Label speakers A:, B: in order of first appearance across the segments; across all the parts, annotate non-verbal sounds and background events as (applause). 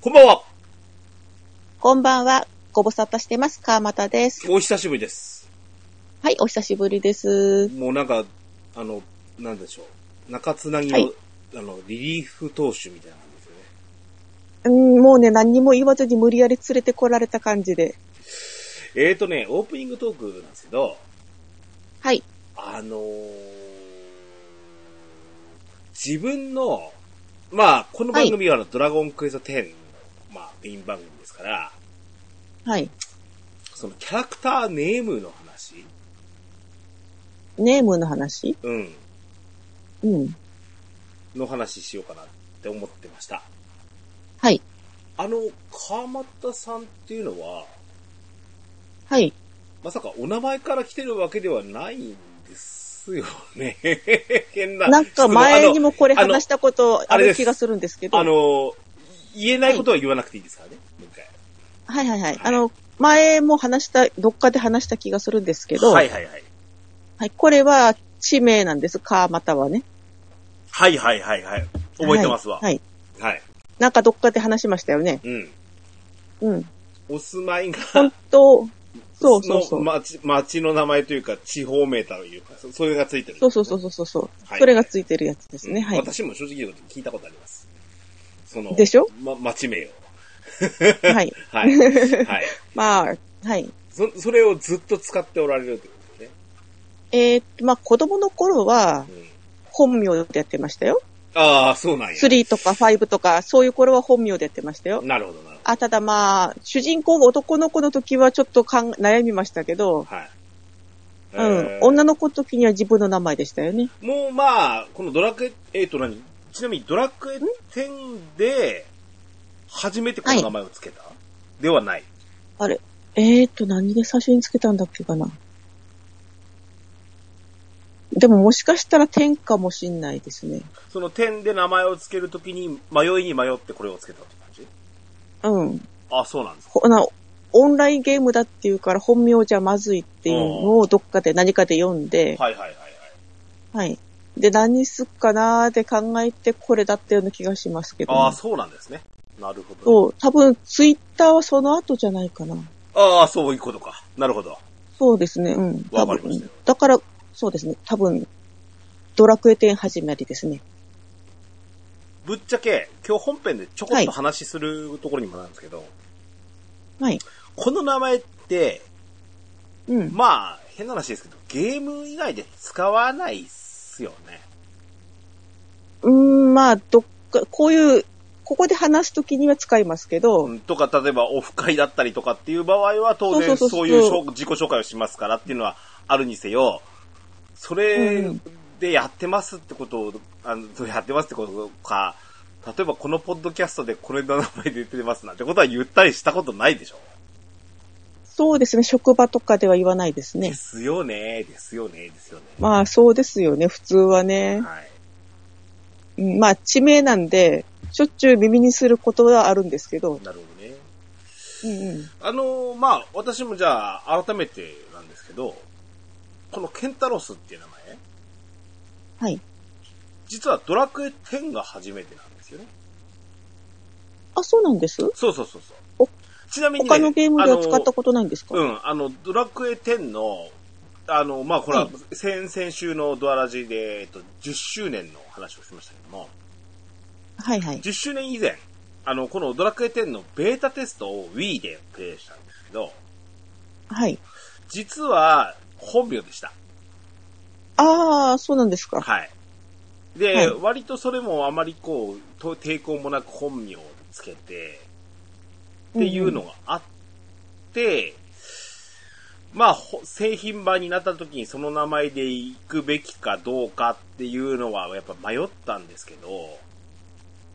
A: こんばんは。
B: こんばんは。ご無沙汰してます。川又です。
A: お久しぶりです。
B: はい、お久しぶりです。
A: もうなんか、あの、なんでしょう。中津なぎの、
B: はい
A: あの、リリーフ投手みたいな感じですよね。
B: うん、もうね、何にも言わずに無理やり連れてこられた感じで。
A: えーとね、オープニングトークなんですけど、
B: はい。
A: あのー自分の、まあ、この番組はあのドラゴンクエスト10の、まあ、メイン番組ですから、
B: はい。
A: そのキャラクターネームの話、
B: ネームの話
A: うん、
B: うん。
A: の話しようかなって思ってました。
B: はい。
A: あの、川又さんっていうのは、
B: はい。
A: まさかお名前から来てるわけではないんですよね。 (laughs) 変な。
B: なんか前に
A: も。
B: もこれ
A: あの
B: 話したこと
A: あ
B: あ
A: れで
B: る
A: す
B: 気がするんですけど。
A: あの、言えないことは言わなくていいですからね。もう一回。
B: はいはいはい。あの、前も話した、どっかで話した気がするんですけど。
A: はいはいはい。
B: はい。これは地名なんです。川又はね。
A: はいはいはいはい。覚えてますわ。
B: はい。はい
A: い。はい。
B: なんかどっかで話しましたよね。
A: うん。
B: うん。
A: お住まいが、
B: 本当、そうそうそう
A: の町、町の名前というか、地方名というか、そそれがついてる。
B: そうそうそうそうそう。
A: はい
B: それがついてるやつですね。
A: うん
B: はい。
A: 私も正直言うこと聞いたことあります。その、
B: でしょ
A: ま、町名を。
B: はい。
A: はい。はい。
B: まあ、はい。
A: そ、それをずっと使っておられるってことですね。
B: えーっと、まあ子供の頃は
A: うん。
B: 本名でやってましたよ。
A: ああ、そうなんや。
B: 3とか5とか、そういう頃は本名でやってましたよ。
A: なるほど、なる
B: あ、ただまあ、主人公が男の子の時はちょっとかん悩みましたけど
A: ほど。、はい。
B: うん。
A: えー
B: 女の子の時には自分の名前でしたよね。
A: もうまあ、このドラクエ、えっ、と何ちなみにドラクエ10で、初めてこの名前をつけた、ではない。
B: あれ。えーっと、何で最初につけたんだっけかな。でももしかしたら天かもしんないですね。
A: その10で名前をつけるときに、迷いに迷ってこれをつけたって感じ
B: うん。
A: あ、そうなんですか。
B: ほなオンラインゲームだっていうから本名じゃまずいっていうのをどっかで何かで読んで、
A: はいはいはいはい。
B: はい。で、何にすっかなーって考えてこれだったような気がしますけど、
A: ああ、そうなんですね。なるほど。
B: そう、多分ツイッターはその後じゃないかな。
A: ああ、そういうことか。なるほど。
B: そうですね、うん。多
A: わかりまし
B: 分
A: たよ
B: だから、そうですね、多分、ドラクエ10始まりですね。
A: ぶっちゃけ、今日本編でちょこっと話するところにもなるんですけど、
B: はい。
A: この名前って、
B: うん。
A: まあ、変な話ですけど、ゲーム以外で使わないっすよね。
B: うん、まあ、どっか、こういう、ここで話すときには使いますけど、
A: うんとか、例えばオフ会だったりとかっていう場合は、当
B: そ
A: 然
B: うそうそ
A: そ
B: う
A: ういう紹自己紹介をしますからっていうのはあるにせよ、それ
B: うん
A: でやってますってことを、あの、それやってますってことか、例えばこのポッドキャストでこれの名前出てますなんてことは言ったりしたことないでしょ。
B: そうですね、職場とかでは言わないですね
A: で。すよね、ですよね、ですよね。
B: まあそうですよね、普通はね。
A: はい。
B: うんまあ地名なんで、しょっちゅう耳にすることはあるんですけど。
A: なるほどね。
B: うんうん。
A: あのーまあ、私もじゃあ、改めてなんですけど、このケンタロスっていう名前、
B: はい。
A: 実はドラクエ10が初めてなんですよね。
B: あ、そうなんです
A: そうそうそうそう
B: お。
A: ちなみに、ね、
B: 他のゲームでは使ったことないんです
A: あ
B: か
A: のうん、あの、ドラクエ10の、あの、まあ、これは
B: は、
A: 先々週のドアラジで、えっと、10周年の話をしましたけども、
B: はいはい。
A: 10周年以前、あの、このドラクエ10のベータテストを Wii でプレイしたんですけど、
B: はい。
A: 実は、本名でした。
B: ああ、そうなんですか。
A: はい。で、
B: はい
A: 割とそれもあまりこう、と抵抗もなく本名をつけて、っていうのがあって、まあ、ほ製品版になった時にその名前で行くべきかどうかっていうのはやっぱ迷ったんですけど、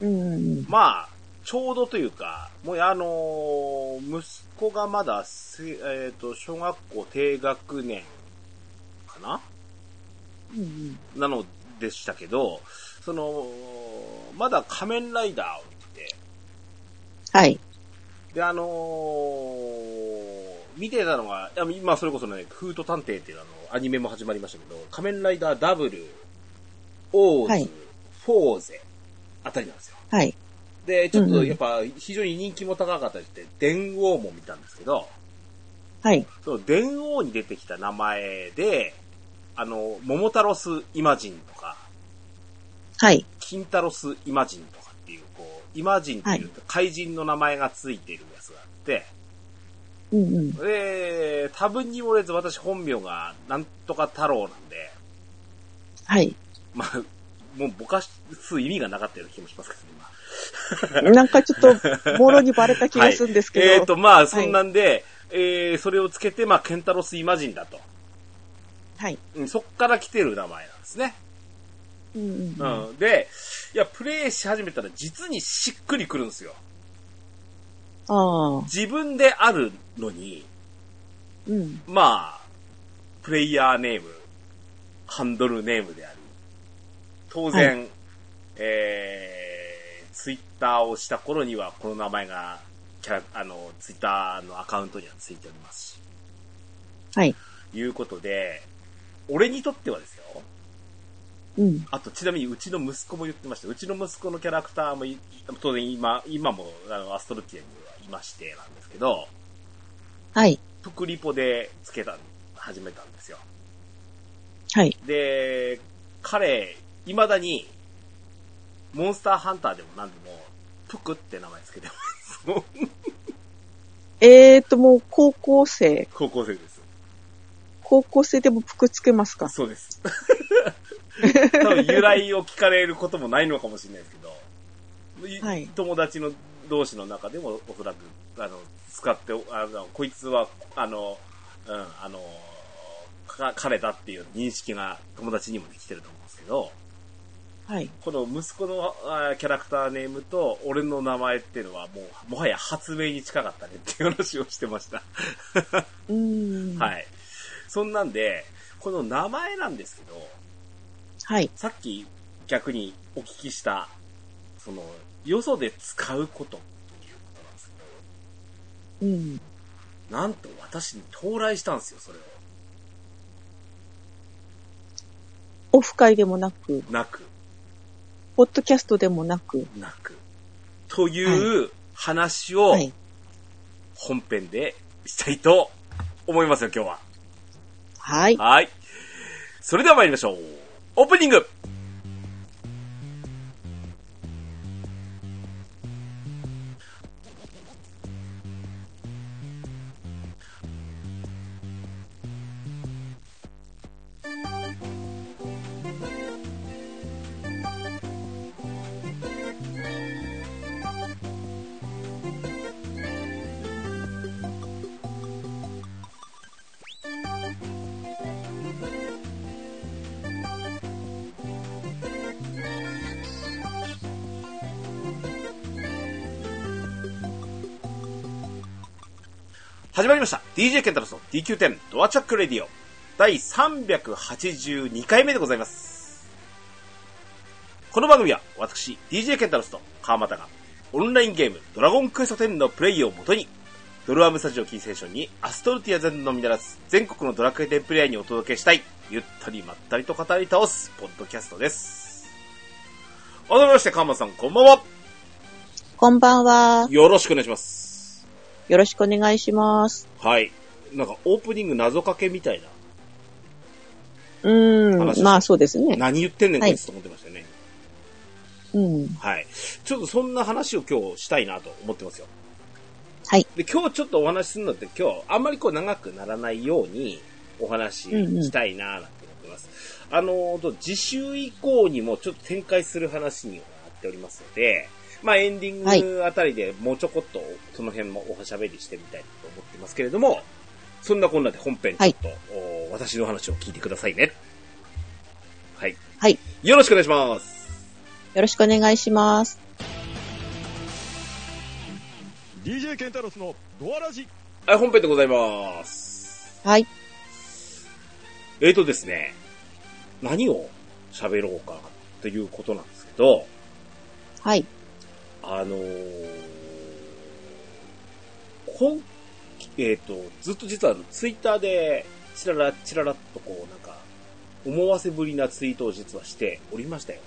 B: うんうんうん。
A: まあ、ちょうどというか、もうあのー息子がまだせ、えっ、と、小学校低学年かな
B: うんうん。
A: なのでしたけど、その、まだ仮面ライダーを見てて、
B: はい。
A: で、あのー見てたのが、いや今それこそね、フート探偵っていうあの、アニメも始まりましたけど、仮面ライダー W、オーズ、
B: はい
A: フォーゼ、あたりなんですよ。
B: はい。
A: で、ちょっ
B: うん
A: と
B: うん
A: やっぱ非常に人気も高かったりして、電王も見たんですけど、
B: はい。
A: その電王に出てきた名前で、あの、桃太郎スイマジンとか、
B: はい。
A: 金太郎スイマジンとかっていう、こう、イマジンっていう怪人の名前がついてるやつがあって、
B: うんうん。
A: で、多分に漏れず私本名がなんとか太郎なんで、
B: (laughs) はい。
A: まあ、もうぼかす意味がなかったような気もしますけど、今。
B: なんかちょっと、もろにバレた気がするんですけど。
A: えー、と、まあ、そんなんで、えー、それをつけて、まあ、ケンタロスイマジンだと。
B: はい。
A: うん、そっから来てる名前なんですね。
B: うんうん。
A: う
B: は
A: ん。で、いや、プレイし始めたら実にしっくりくるんですよ。
B: ああ。
A: 自分であるのに、
B: うん。
A: まあ、プレイヤーネーム、ハンドルネームであり、当然、えー、ツイッターをした頃には、この名前が、キャラ、あの、ツイッターのアカウントにはついておりますし。
B: はい。
A: いうことで、俺にとってはですよ。
B: うん。
A: あと、ちなみにうちの息子も言ってました。うちの息子のキャラクターもい、当然今、今も、あの、アストルティアにはいましてなんですけど、
B: はい。
A: プクリポでつけた、始めたんですよ。
B: はい。
A: で、彼、未だに、モンスターハンターでも何でも、プクって名前つけてます。 (laughs) もう
B: えーと、もう高校生。
A: 高校生です。
B: 高校生でも服つけますか
A: そうです。多分由来を聞かれることもないのかもしれないですけど、
B: はい
A: 友達の同士の中でもおそらく、あの、使って、あの、こいつは、あの、うん、あの、か彼だっていう認識が友達にもできてると思うんですけど、
B: はい。
A: この息子のあーキャラクターネームと俺の名前っていうのはもう、もはや発明に近かったねっていう話をしてました。
B: うーん。い。
A: はい。そんなんで、この名前なんですけど、
B: はい。
A: さっき逆にお聞きした、その、よそで使うことっていうことなんですけ
B: うん。
A: ど、なんと私に到来したんですよ、それを。
B: オフ会でもなく、
A: なく、
B: ポッドキャストでもなく。
A: なく。という話を
B: はい。
A: 本編でしたいと思いますよ、今日は。
B: はい。
A: はい。それでは参りましょう。オープニング始まりました。DJ ケンタロスの DQ10 ドアチャックレディオ第382回目でございます。この番組は私、DJ ケンタロスと川又がオンラインゲームドラゴンクエスト10のプレイをもとにドルアムスタジオキーセーションにアストルティア全土のみならず全国のドラクエ10プレイヤーにお届けしたいゆったりまったりと語り倒すポッドキャストです。改めまして川又さんこんばんは。
B: こんばんは。
A: よろしくお願いします。
B: よろしくお願いします。
A: はい。なんかオープニング謎かけみたいな。
B: うー
A: 話
B: ん。まあそうですね。
A: 何言ってんねんこ
B: はい
A: いつと思ってましたよね。
B: うん。
A: はい。ちょっとそんな話を今日したいなと思ってますよ。
B: はい。
A: で、今日ちょっとお話しするのって今日あんまりこう長くならないようにお話ししたいななんて思ってます。あのーと、次週以降にもちょっと展開する話にはなっておりますので、まあエンディングあたりでもうちょこっとその辺もおしゃべりしてみたいなと思ってますけれども、そんなこんなで本編ちょっと、お私の話を聞いてくださいね。はい。
B: はい。
A: よろしくお願いします。
B: よろしくお願いします。
C: DJ ケンタロスのドアラジ
A: はい、本編でございます。
B: はい。
A: えーとですね、何を喋ろうかということなんですけど、
B: はい。
A: あのー、今えーと、ずっと実はあのツイッターで、チララチララっとこう、なんか、思わせぶりなツイートを実はしておりましたよ。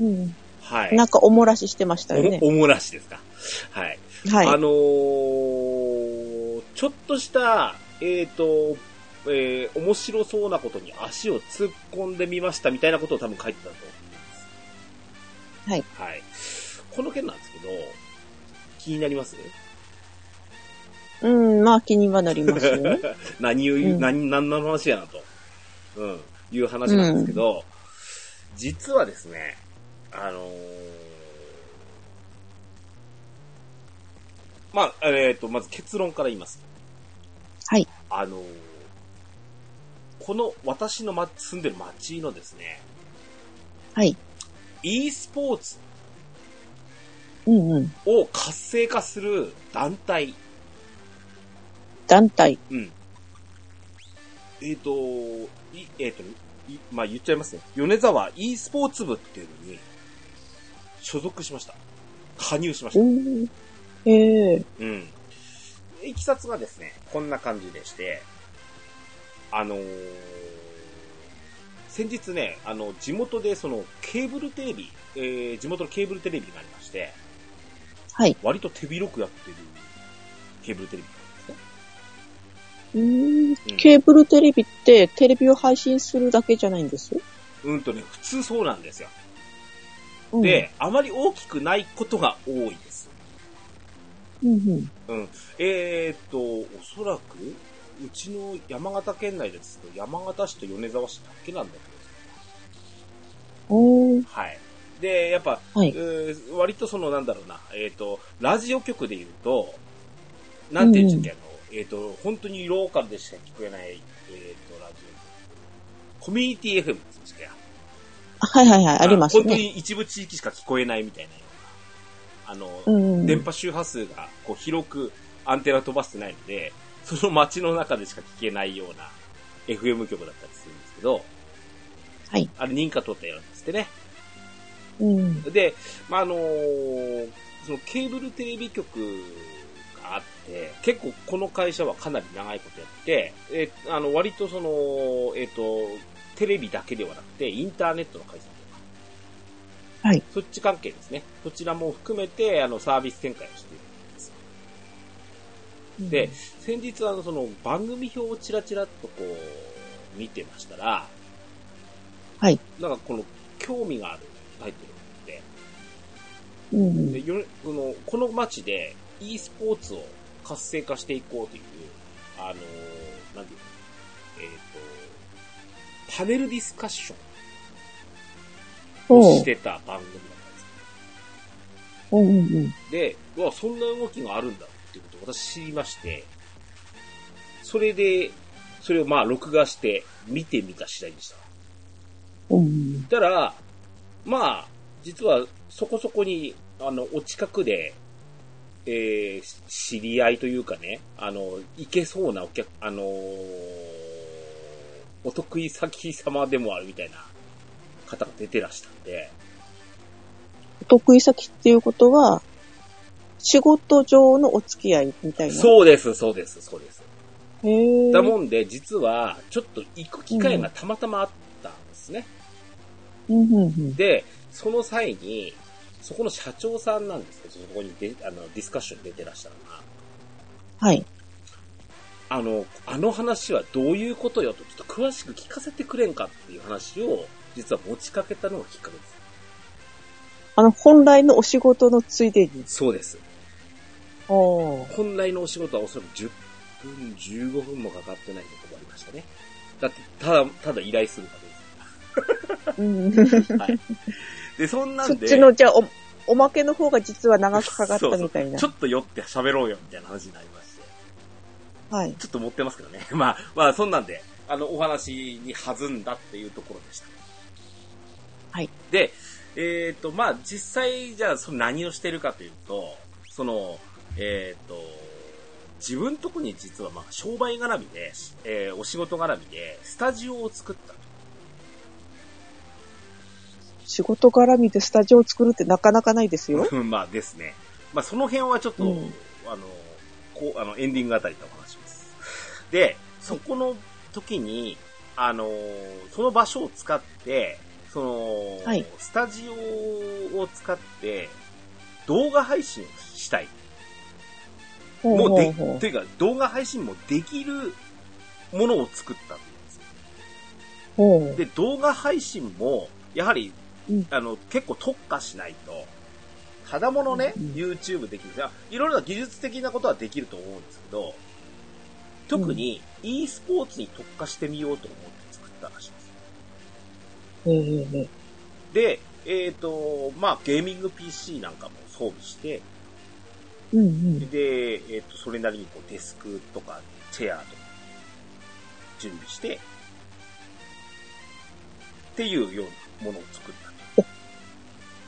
B: うん。
A: はい。
B: なんかおもらししてましたよね。
A: おおもらしですか。はい。
B: はい。
A: あのーちょっとした、えっ、と、えー面白そうなことに足を突っ込んでみましたみたいなことを多分書いてたと思うんです。はい。はい。この件なんですけど、気になります
B: うん、まあ気にはなりますよね。
A: (laughs) (laughs) 何を言う、
B: うん
A: 何、何の話やなと、うん、いう話なんですけど、実はですね、あのーまあ、えっ、と、まず結論から言います。
B: はい。
A: あのーこの私の、ま、住んでる町のですね、
B: はい。
A: e スポーツ
B: うんうん。
A: を活性化する団体、
B: 団体。
A: うん。えっ、と、い、えっ、と、い、まあ、言っちゃいますね。米沢 e スポーツ部っていうのに、所属しました。加入しまし
B: う
A: た。
B: ん。ええ
A: うん。いきさつがですね、こんな感じでして、あのー先日ね、あの、地元でその、ケーブルテレビ、えー、地元のケーブルテレビがありまして、
B: はい。
A: 割と手広くやってるケーブルテレビ
B: うん
A: うん
B: ケーブルテレビってテレビを配信するだけじゃないんです。
A: うんとね、普通そうなんですよ。
B: うん、
A: で、あまり大きくないことが多いです。
B: うんうん、
A: うん。えー、っと、おそらく、うちの山形県内ですと、山形市と米沢市だけなんだけ
B: おー
A: ど、はい。で、やっぱ、
B: は
A: う
B: い。
A: ー割とその、なんだろうな、えーっと、ラジオ局で言うと、なんて言うんでしたっけ、あの、えーっと、本当にローカルでしか聞こえない、えーっと、ラジオコミュニティ FM って言うんですか
B: あはいはいはい、あります
A: 本当
B: ね。
A: に一部地域しか聞こえないみたいなような、あの、
B: うんうん。
A: 電波周波数がこう広くアンテナ飛ばしてないので、その街の中でしか聞けないような FM 局だったりするんですけど、
B: はい。
A: あれ認可取ったようなんですってね。
B: うん。
A: で、まあ、あのーそのケーブルテレビ局があって、結構この会社はかなり長いことやって、えあの、割とその、えっ、と、テレビだけではなくて、インターネットの会社とか、
B: はい。
A: そっち関係ですね。そちらも含めて、あの、サービス展開をしているんです。で、先日あの、その番組表をちらちらっとこう、見てましたら、
B: はい。
A: なんかこの、興味があるタイト
B: うんうん
A: ルで、よこの、この街で e スポーツを活性化していこうという、あのー、なんていうのえっ、と、パネルディスカッションを
B: お
A: し
B: ー
A: てた番組だったんです
B: うんうんうん。
A: で、うわ、そんな動きがあるんだっていうことを私知りまして、それで、それをまあ録画して見てみた次第でした。
B: うんうん。
A: たら、まあ、実はそこそこに、あの、お近くで、えーし知り合いというかね、あの、行けそうなお客、あのーお得意先様でもあるみたいな方が出てらしたんで、
B: お得意先っていうことは、仕事上のお付き合いみたいな。う。
A: そうです、そうです、そうです。
B: へー
A: だもんで、実は、ちょっと行く機会がたまたまあったんですね。
B: うんうんうん。
A: で、その際に、そこの社長さんなんですけど、そこにであのディスカッション出てらしたのが、
B: はい。
A: あの、あの話はどういうことよと、ちょっと詳しく聞かせてくれんかっていう話を、実は持ちかけたのがきっかけで
B: あの、本来のお仕事のついでに。
A: す。そうです。
B: おー
A: 本来のお仕事はおそらく10分、15分もかかってないとこもありましたね。だって、ただ、ただ依頼するだけです。
B: うんうん。そ
A: (laughs) で、そんなん
B: っ
A: で、
B: ちの、じゃあ、お、おまけの方が実は長くかかったみたいな。
A: そうそうちょっと酔って喋ろうよみたいな話になりまして。
B: はい。
A: ちょっと持ってますけどね。 (laughs) まあ、まあ、そんなんで、あの、お話に弾んだっていうところでした。
B: はい。
A: で、えっ、と、まあ、実際、じゃあ、その何をしてるかというと、その、えっ、と、自分とこに実は、まあ、商売絡みで、えーお仕事絡みで、スタジオを作った。
B: 仕事絡みでスタジオを作るってなかなかないですよ。
A: うん (laughs) まあですね。まあ、その辺はちょっと、
B: うん
A: あの、こう、あの、エンディングあたりとお話します。で、そこの時に、あの、その場所を使って、その、
B: はい
A: スタジオを使って動画配信をしたい。
B: ほ
A: もうで、
B: ほほ
A: というか動画配信もできるものを作ったんですよ。
B: ほう
A: で、動画配信も、やはり、
B: うん
A: あの、結構特化しないと、ただものね、
B: うん
A: YouTube できる。あいろいろな技術的なことはできると思うんですけど、特に e スポーツに特化してみようと思って作ったらしいです。
B: えええ
A: で、えっ、と、まあ、ゲーミング PC なんかも装備して、
B: えうんうん。
A: で、えっ、と、それなりにこうデスクとかチェアとか準備して、っていうようなものを作ったと。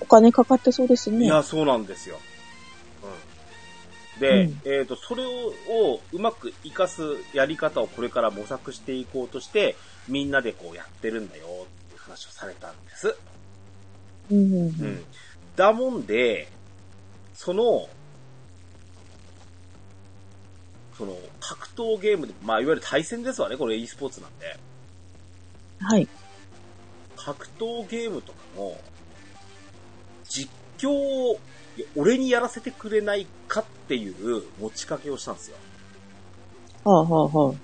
B: お金かかってそうですね。
A: いや、そうなんですよ。うん。で、
B: うん
A: えっ、と、それををうまく活かすやり方をこれから模索していこうとして、みんなでこうやってるんだよっていう話をされたんです。
B: うんうん
A: う
B: うん
A: ん。だもんで、その、その、格闘ゲームで、まあ、いわゆる対戦ですわね、これ e スポーツなんで。
B: はい。
A: 格闘ゲームとかも、実況を、いや俺にやらせてくれないかっていう持ちかけをしたんですよ。
B: はあはあはあ。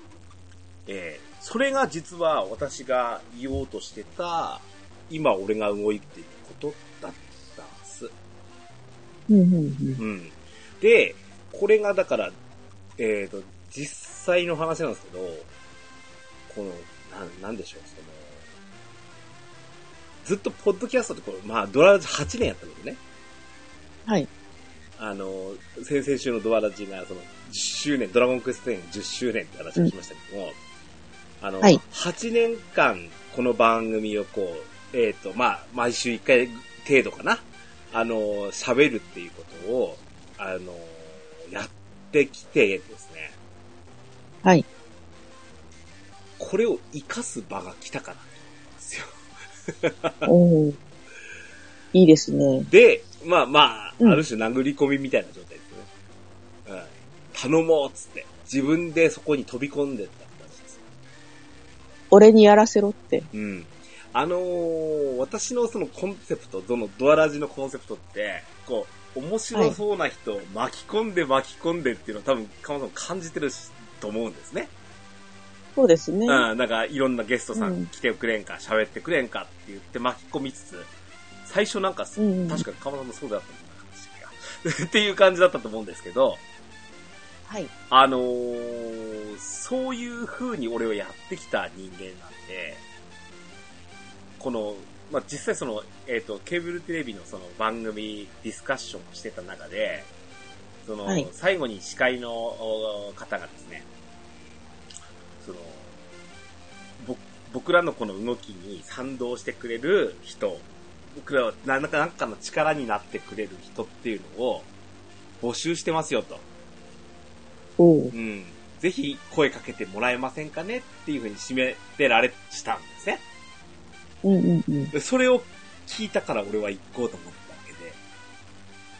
A: えーそれが実は私が言おうとしてた、今俺が動いていることだったんです。
B: うんうんうん。
A: うん。で、これがだから、えっ、と、実際の話なんですけど、この、なん、なんでしょう、その、ずっとポッドキャストってこれ、まあ、ドラジ8年やったのでね、
B: はい。
A: あの、先々週のドアラジが、その、10周年、ドラゴンクエスト10 10周年って話をしましたけども、あの、
B: はい
A: 8年間、この番組をこう、えっ、と、まあ、毎週1回程度かな、あの、喋るっていうことを、あの、やってきてですね、
B: はい。
A: これを活かす場が来たかなと思うんですよ。(laughs)
B: おーいいですね。
A: で、まあまあ、
B: うん
A: ある種殴り込みみたいな状態ですね。うん。頼もうっつって、自分でそこに飛び込んでった感じです。
B: 俺にやらせろって。
A: うん。あのー私のそのコンセプト、そのドアラジのコンセプトって、こう、面白そうな人を巻き込んで巻き込んでっていうのは多分、かまさんも感じてるしと思うんですね。
B: そうです
A: う
B: ね。
A: ん、なんかいろんなゲストさ
B: うんん
A: 来てくれんか、喋、ってくれんかって言って巻き込みつつ、最初なんかす、
B: うん
A: 確かに川さんもそうだ (laughs) ったんだな、話がっていう感じだったと思うんですけど、
B: はい。
A: あのーそういう風に俺はやってきた人間なんで、この、まあ、実際その、えっ、と、ケーブルテレビのその番組ディスカッションをしてた中で、その、
B: はい
A: 最後に司会のお方がですね、その、ぼ僕らのこの動きに賛同してくれる人、僕らは何らかなんかの力になってくれる人っていうのを募集してますよと。
B: おー
A: うん。ぜひ声かけてもらえませんかねっていうふうに締めてられ、したんですね。
B: うんうんうん。
A: でそれを聞いたから俺は行こうと思ったわけで、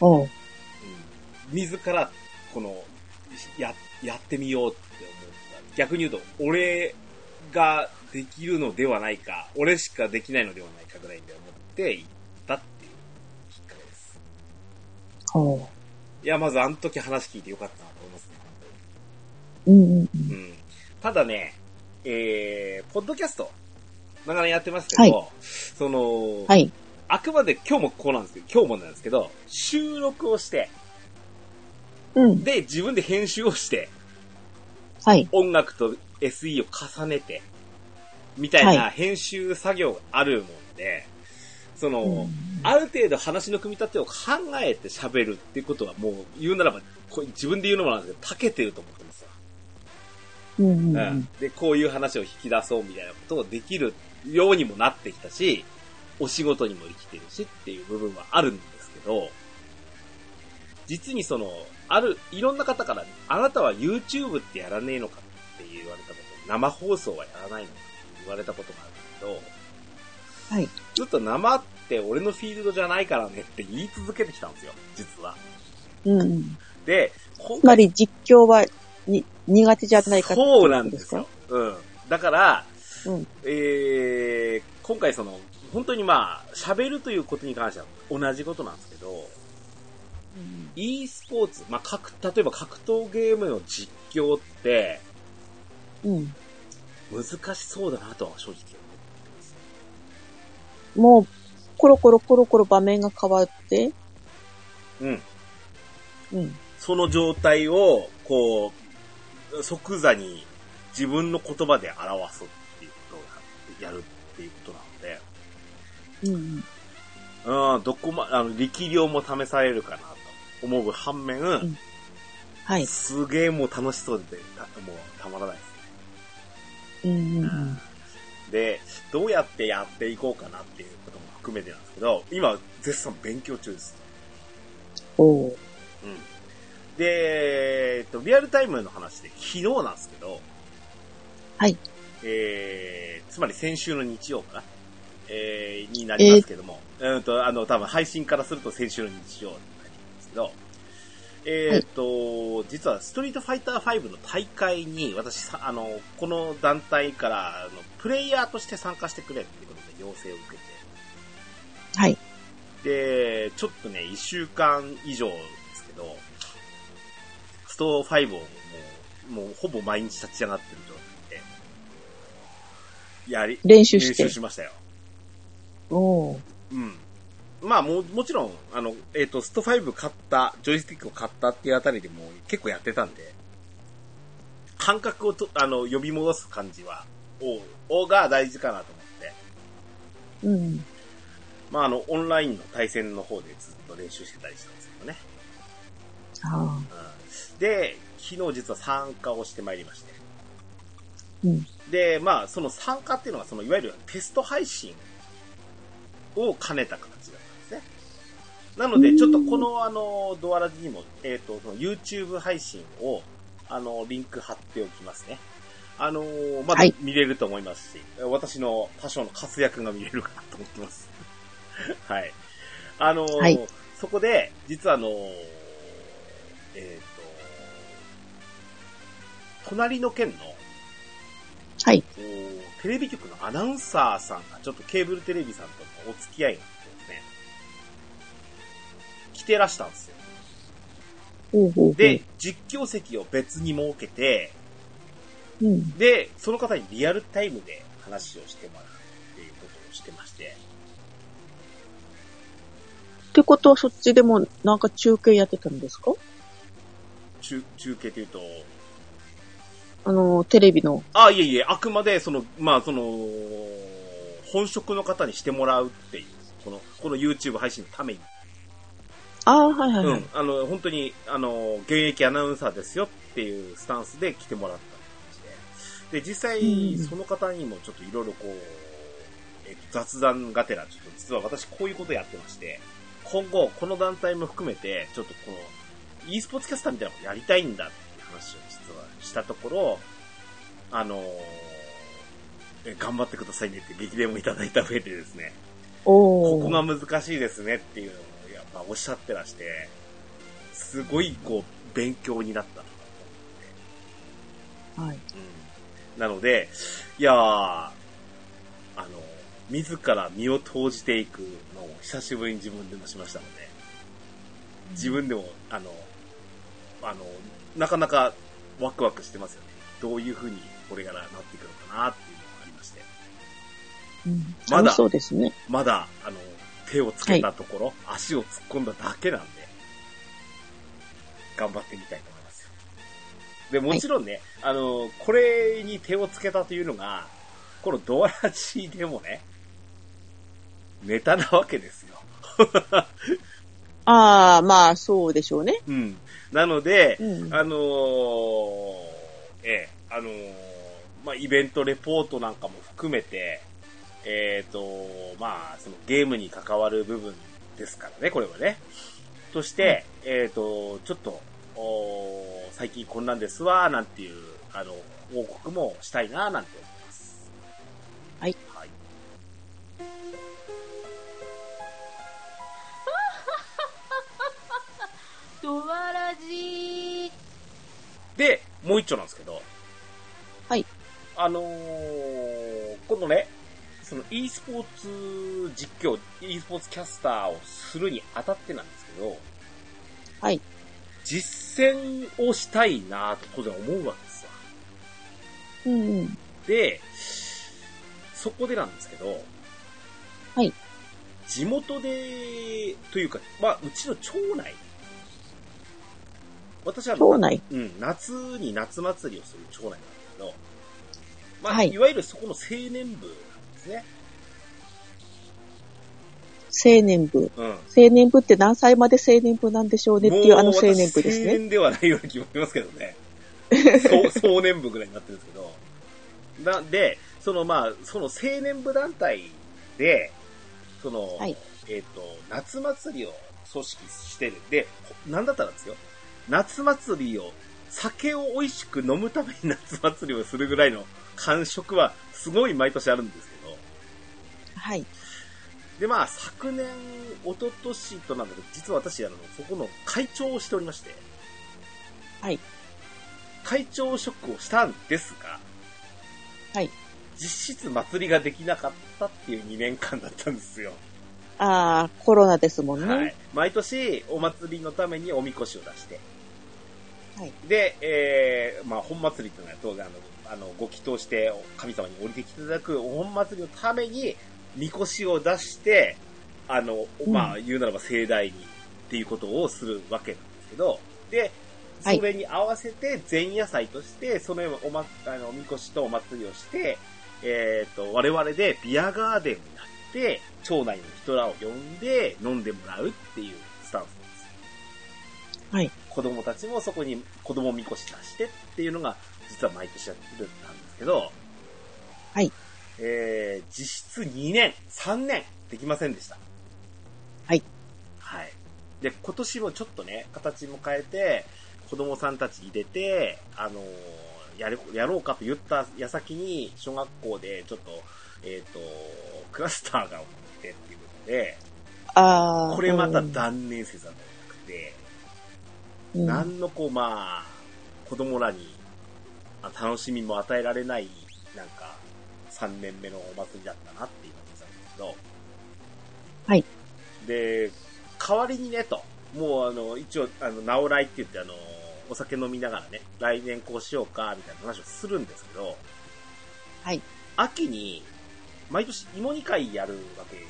B: おー
A: うん。自ら、この、や、やってみようって思った。逆に言うと、俺ができるのではないか、俺しかできないのではないかぐらいで思って行ったっていうきっかけです。
B: おー
A: いや、まずあの時話聞いてよかったなと思いますね。
B: うんうん
A: う
B: うん
A: ただね、えー、ポッドキャスト、なかなかやってますけど、
B: はい
A: その、
B: ん。はい。
A: あくまで今日もこうなんですけど、今日もなんですけど、収録をして、
B: うん。
A: で、自分で編集をして、
B: はい。
A: 音楽と SE を重ねて、みたいな
B: は
A: 編集作業があるもんで、その、
B: うん
A: ある程度話の組み立てを考えて喋るっていうことはもう言うならば、こう自分で言うのもなんですけど、長けてると思ってますよ
B: うんうんう
A: うんん。で、こういう話を引き出そうみたいなことをできるようにもなってきたし、お仕事にも生きてるしっていう部分はあるんですけど、実にその、ある、いろんな方から、あなたは YouTube ってやらねえのかって言われたこと、生放送はやらないのかって言われたことがあるんですけど、
B: はい。
A: ちょっと生って俺のフィールドじゃないからねって言い続けてきたんですよ、実は。
B: うんうん。
A: で、今
B: つまり実況はに苦手じゃないかってい
A: そう
B: こ
A: な
B: と
A: ん
B: で
A: ですす
B: か
A: よ。うん。だから、
B: うん
A: えー今回その、本当にまあ、喋るということに関しては同じことなんですけど、e スポーツ、まあ、格、例えば格闘ゲームの実況って、
B: うん。
A: 難しそうだなとは正直
B: もう、コロコロコロコロ場面が変わって、
A: 思う。うん。
B: うん。
A: その状態を、こう、即座に自分の言葉で表すっていうことをやるっていうことなので、
B: うん。
A: うん、どこま、あの、力量も試されるかなと思う反面、
B: んはい。
A: すげえもう楽しそうで、たもうたまらないです
B: うんうんう
A: ね
B: ん。
A: で、どうやってやっていこうかなっていうことも含めてなんですけど、今、絶賛勉強中です。
B: おう。
A: うん。で、えっと、リアルタイムの話で昨日なんですけど、
B: はい。
A: えー、つまり先週の日曜かなえー、になりますけども、うんと、あの、多分配信からすると先週の日曜になりますけど、えーっと、実はストリートファイター5の大会に、私さ、あの、この団体から、あの、プレイヤーとして参加してくれっていうことで要請を受けて、
B: はい。
A: で、ちょっとね、1週間以上ですけど、スト5をもう、もうほぼ毎日立ち上がってる状態で、やり、
B: 練習して
A: 練習しましたよ。
B: おう。
A: うん。まあもう、もちろん、あの、えっ、と、スト5買った、ジョイスティックを買ったっていうあたりでもう結構やってたんで、感覚をと、あの、呼び戻す感じは、お、おが大事かなと思って、
B: うん。
A: まああの、オンラインの対戦の方でずっと練習してたりしたんですけどね。
B: あ
A: うんで、昨日実は参加をしてまいりまして。
B: ーうん。
A: で、まあ、その参加っていうのは、その、いわゆるテスト配信を兼ねた形だったんですね。なので、ちょっとこの、あの、ドアラジにも、えっ、と、その YouTube 配信を、あの、リンク貼っておきますね。あのーまだ
B: はい
A: 見れると思いますし、私の多少の活躍が見れるかなと思ってます。はい。あのー
B: はい
A: そこで、実はあのーえっ、と、隣の県の、
B: はい。
A: こうテレビ局のアナウンサーさんが、ちょっとケーブルテレビさんとのお付き合いがあってですね、来てらしたんですよ。
B: おうおうおう。
A: で、、実況席を別に設けて、
B: うん。
A: で、その方にリアルタイムで話をしてもらうっていうことをしてまして、
B: ってことはそっちでもなんか中継やってたんですか
A: 中、中継というと、
B: あの、テレビの。
A: あ、いえいえ、あくまで、その、まあ、その、本職の方にしてもらうっていう、この、この YouTube 配信のために。
B: ああ、はいはいは
A: う
B: い
A: ん。。あの、本当に、あの、現役アナウンサーですよっていうスタンスで来てもらったんですねで、実際、
B: うん
A: その方にもちょっといろいろこう、えっと、雑談がてら、ちょっと実は私こういうことやってまして、今後、この団体も含めて、ちょっとこの、e スポーツキャスターみたいなことやりたいんだっていう話を実はしたところ、あのえ頑張ってくださいねって激励もいただいた上でですね、
B: お
A: こ
B: ー
A: こが難しいですねっていうのをやっぱおっしゃってらして、すごいこう、勉強になったなと
B: はい。
A: 思って。うん。なので、いやー、あの、自ら身を投じていくのを久しぶりに自分でもしましたので、自分でも、あの、あの、なかなかワクワクしてますよね。どういう風にこれからなっていくのかなっていうのがありまして。
B: うん
A: まだ
B: 楽しそうですね。
A: まだ、あの、手をつけたところ、足を突っ込んだだけなんで、頑張ってみたいと思いますよ。で、もちろんね、あの、これに手をつけたというのが、このドアラジーでもね、ネタなわけですよ。
B: ああ、まあ、そうでしょうね。
A: うん。なので、
B: うん
A: あのーええ、あのーまあ、イベントレポートなんかも含めて、えっ、と、まあ、そのゲームに関わる部分ですからね、これはね。として、えっ、と、ちょっと、おー最近こんなんですわ、なんていう、あの、報告もしたいな、なんて思います。
B: はい。
A: はい。
D: ドワラジ
A: で、もう一丁なんですけど。
B: はい。
A: あのー、今度ね、そその e スポーツ実況、e スポーツキャスターをするにあたってなんですけど、
B: はい。
A: 実践をしたいなと当然思うわけですよ。
B: うんうん。
A: で、そこでなんですけど、
B: はい。
A: 地元で、というか、まあ、うちの町内。私は、
B: 町内。
A: うん、夏に夏祭りをする町内なんですけど、まあ、、
B: はいい
A: わゆるそこの青年部なんですね。
B: 青年部。
A: うん。
B: 青年部って何歳まで青年部なんでしょうねっていうあの青年部で
A: もう私青
B: すね。
A: 年ではないような気もしますけどね。 (laughs) そう壮年部ぐらいになってるんですけど。なんで、そのまあ、その青年部団体で、その、
B: はい
A: えっ、と、夏祭りを組織してる。で、こなんだったらですよ。夏祭りを、酒を美味しく飲むために夏祭りをするぐらいの感触は、すごい毎年あるんですけど。
B: はい。
A: で、まあ、昨年、一昨年となんだけど、実は私、あの、そこの会長をしておりまして。
B: はい。
A: 会長職をしたんですが、
B: はい。
A: 実質祭りができなかったっていう2年間だったんですよ。
B: ああ、コロナですもんね。
A: はい。毎年、お祭りのためにおみこしを出して、
B: はい。
A: で、えー、まあ、本祭りというのは当然、あの、あのご祈祷して、神様に降りてきていただく、本祭りのために、みこしを出して、あの、
B: うん
A: まあ、言うならば盛大にっていうことをするわけなんですけど、で、
B: はい
A: それに合わせて前夜祭として、そのおま、あの、みこしとお祭りをして、えっ、と、我々でビアガーデンになって、町内の人らを呼んで飲んでもらうっていうスタンスなんです。子供たちもそこに子供みこし出してっていうのが、実は毎年やってるんですけど、
B: はい。
A: えー、実質2年、3年、できませんでした。
B: はい。
A: はい。で、今年もちょっとね、形も変えて、子供さんたち入れて、あのーやる、やろうかと言った矢先に、小学校でちょっと、えっ、と、クラスターが起こってっていうことで、
B: ああ。
A: これまた
B: うん
A: 断念せざるを得なくて、
B: うん
A: 何のこう、まあ、子供らに、あ楽しみも与えられない、なんか、3年目のお祭りだったなっていう感じなんですけど。
B: はい。
A: で、代わりにね、と。もう、あの、一応、あの、直来って言って、あの、お酒飲みながらね、来年こうしようか、みたいな話をするんですけど。
B: はい。
A: 秋に、毎年芋2回やるわけなんで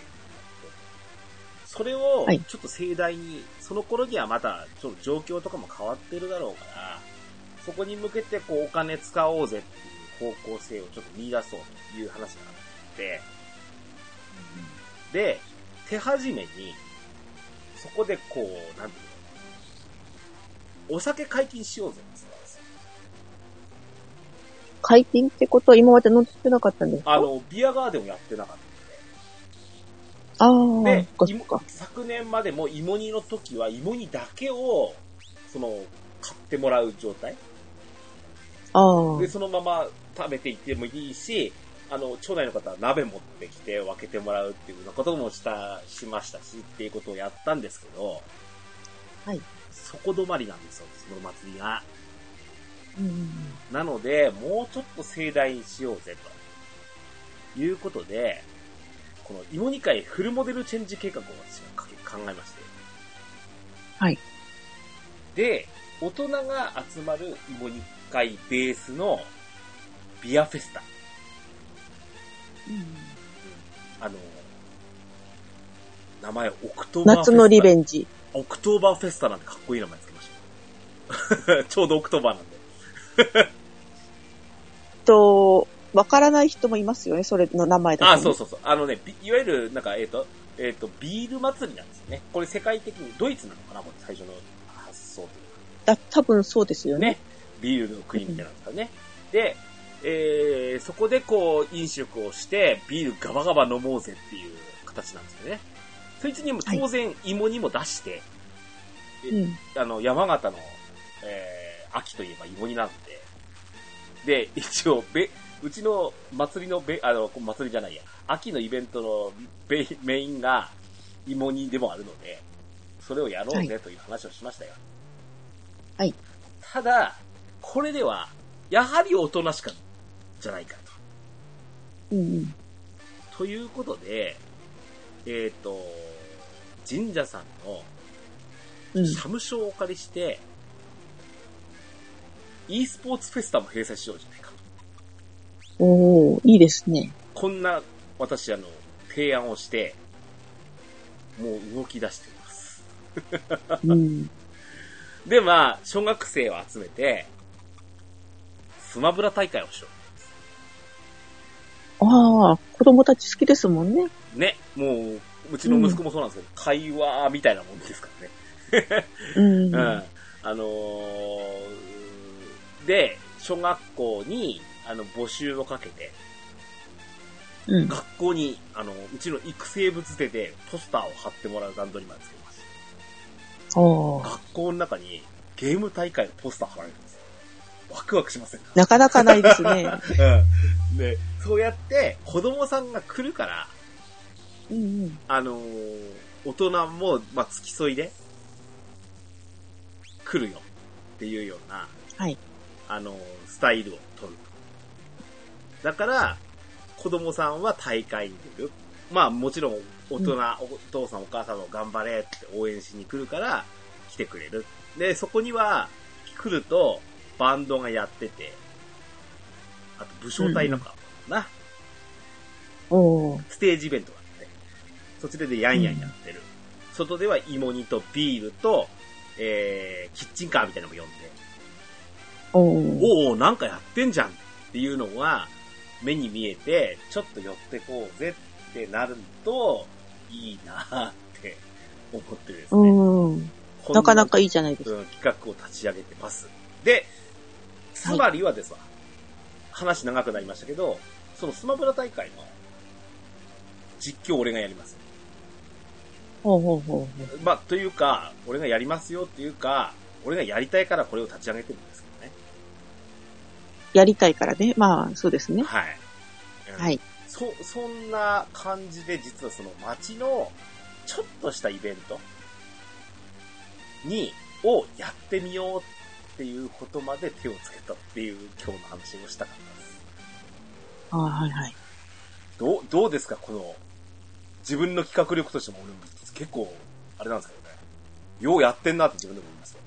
A: それを
B: はい、
A: ちょっと盛大に、その頃にはまた、ちょっと状況とかも変わってるだろうから、そこに向けて、こう、お金使おうぜっていう方向性をちょっと見出そうという話があって、で、手始めに、そこでこう、なんていうの、お酒解禁しようぜって言ったんですよ。
B: 解禁ってことは今まで飲んでなかったんですか
A: あの、ビアガーデンをやってなかった。
B: ああ、
A: で
B: そっ、
A: 芋
B: か。
A: 昨年までも芋煮の時は芋煮だけを、その、買ってもらう状態。
B: ああ
A: で、、そのまま食べていってもいいし、あの、町内の方は鍋持ってきて分けてもらうっていうようなこともした、しましたし、っていうことをやったんですけど、
B: はい。
A: そこ止まりなんですよ、その祭りが。
B: うん
A: なので、もうちょっと盛大にしようぜ、ということで、この芋煮会フルモデルチェンジ計画を私はかけ考えまして。
B: はい。
A: で、大人が集まる芋煮会ベースのビアフェスタ。あの、名前オクトーバーフェスタ。
B: 夏のリベンジ。
A: オクトーバーフェスタなんてかっこいい名前つけました。 (laughs) ちょうどオクトーバーなんで。
B: と、わからない人もいますよね、それの名前だと、ね。
A: あ、そうそうそう。あのね、ビいわゆる、なんか、えっ、と、えっ、と、ビール祭りなんですよね。これ世界的に、ドイツなのかなこれ最初の発想という
B: だ多分そうですよ
A: か
B: ね。
A: ね。ビールの国みたいなんですからね。で、えー、そこでこう、飲食をして、ビールガバガバ飲もうぜっていう形なんですよね。そいつにも当然、芋にも出して、
B: うん。
A: あの、山形の、えー、秋といえば芋煮なんで、で、一応、べ、うちの祭りのべ、あの、祭りじゃないや、秋のイベントのべメインが芋煮でもあるので、それをやろう
B: は
A: ぜという話をしましたよ。
B: はい。
A: ただ、これでは、やはり大人しか、じゃないか
B: うんうん。
A: と。ということで、えっ、と、神社さんの
B: うん。
A: 社務所をお借りして、e スポーツフェスタも閉鎖しようじゃないかと。
B: おー、いいです
A: (laughs)
B: ね。
A: こんな、私、あの、提案をして、もう動き出しています。
B: うん。
A: で、まあ、小学生を集めて、スマブラ大会をしよ
B: ああ、子供たち好きですもんね。
A: う。ね、もう、うちの息子もそうなんですけど、会話みたいなもんですからね。
B: うん。
A: う
B: うんん。
A: あのーで、小学校に、あの、募集をかけて、
B: うん。
A: 学校に、あの、うちの育成部捨てでポスターを貼ってもらう段取りまでつけます。
B: おー
A: 学校の中にゲーム大会のポスター貼られるんですよ。ワクワクしませんか
B: なかなかないですね。
A: うん。で、そうやって、子供さんが来るから、
B: (laughs) うんうん。
A: あのー大人も、まあ、付き添いで、来るよっていうような、
B: はい。
A: あの、スタイルを取ると。だから、子供さんは大会に出る。まあもちろん、大人、お父さんお母さんも頑張れって応援しに来るから、来てくれる。で、そこには、来ると、バンドがやってて、あと武将隊なんかな、
B: おー
A: ステージイベントがあって、そっちでやんやんやってる。外では芋煮とビールと、えー、キッチンカーみたいなのも呼んで、
B: おー
A: おお、なんかやってんじゃんっていうのが目に見えて、ちょっと寄ってこうぜってなると、いいなーって思ってるんですね。
B: うん。
A: こん
B: なかなかいいじゃないですか。
A: うん企画を立ち上げてます。で、つまりはですわ、話長くなりましたけど、そのスマブラ大会の実況を俺がやります。
B: ほうほうほうほう。
A: まあ、というか、俺がやりますよっていうか、俺がやりたいからこれを立ち上げてるんですけどね。
B: やりたいからね。まあ、そうですね。
A: はい。うん
B: はい。
A: そ、そんな感じで、実はその街の、ちょっとしたイベントに、をやってみようっていうことまで手をつけたっていう今日の話をしたかったです。
B: あーはいはい。
A: どう、どうですかこの、自分の企画力としても俺も結構、あれなんですけどね。ようやってんなって自分でも思いますよ。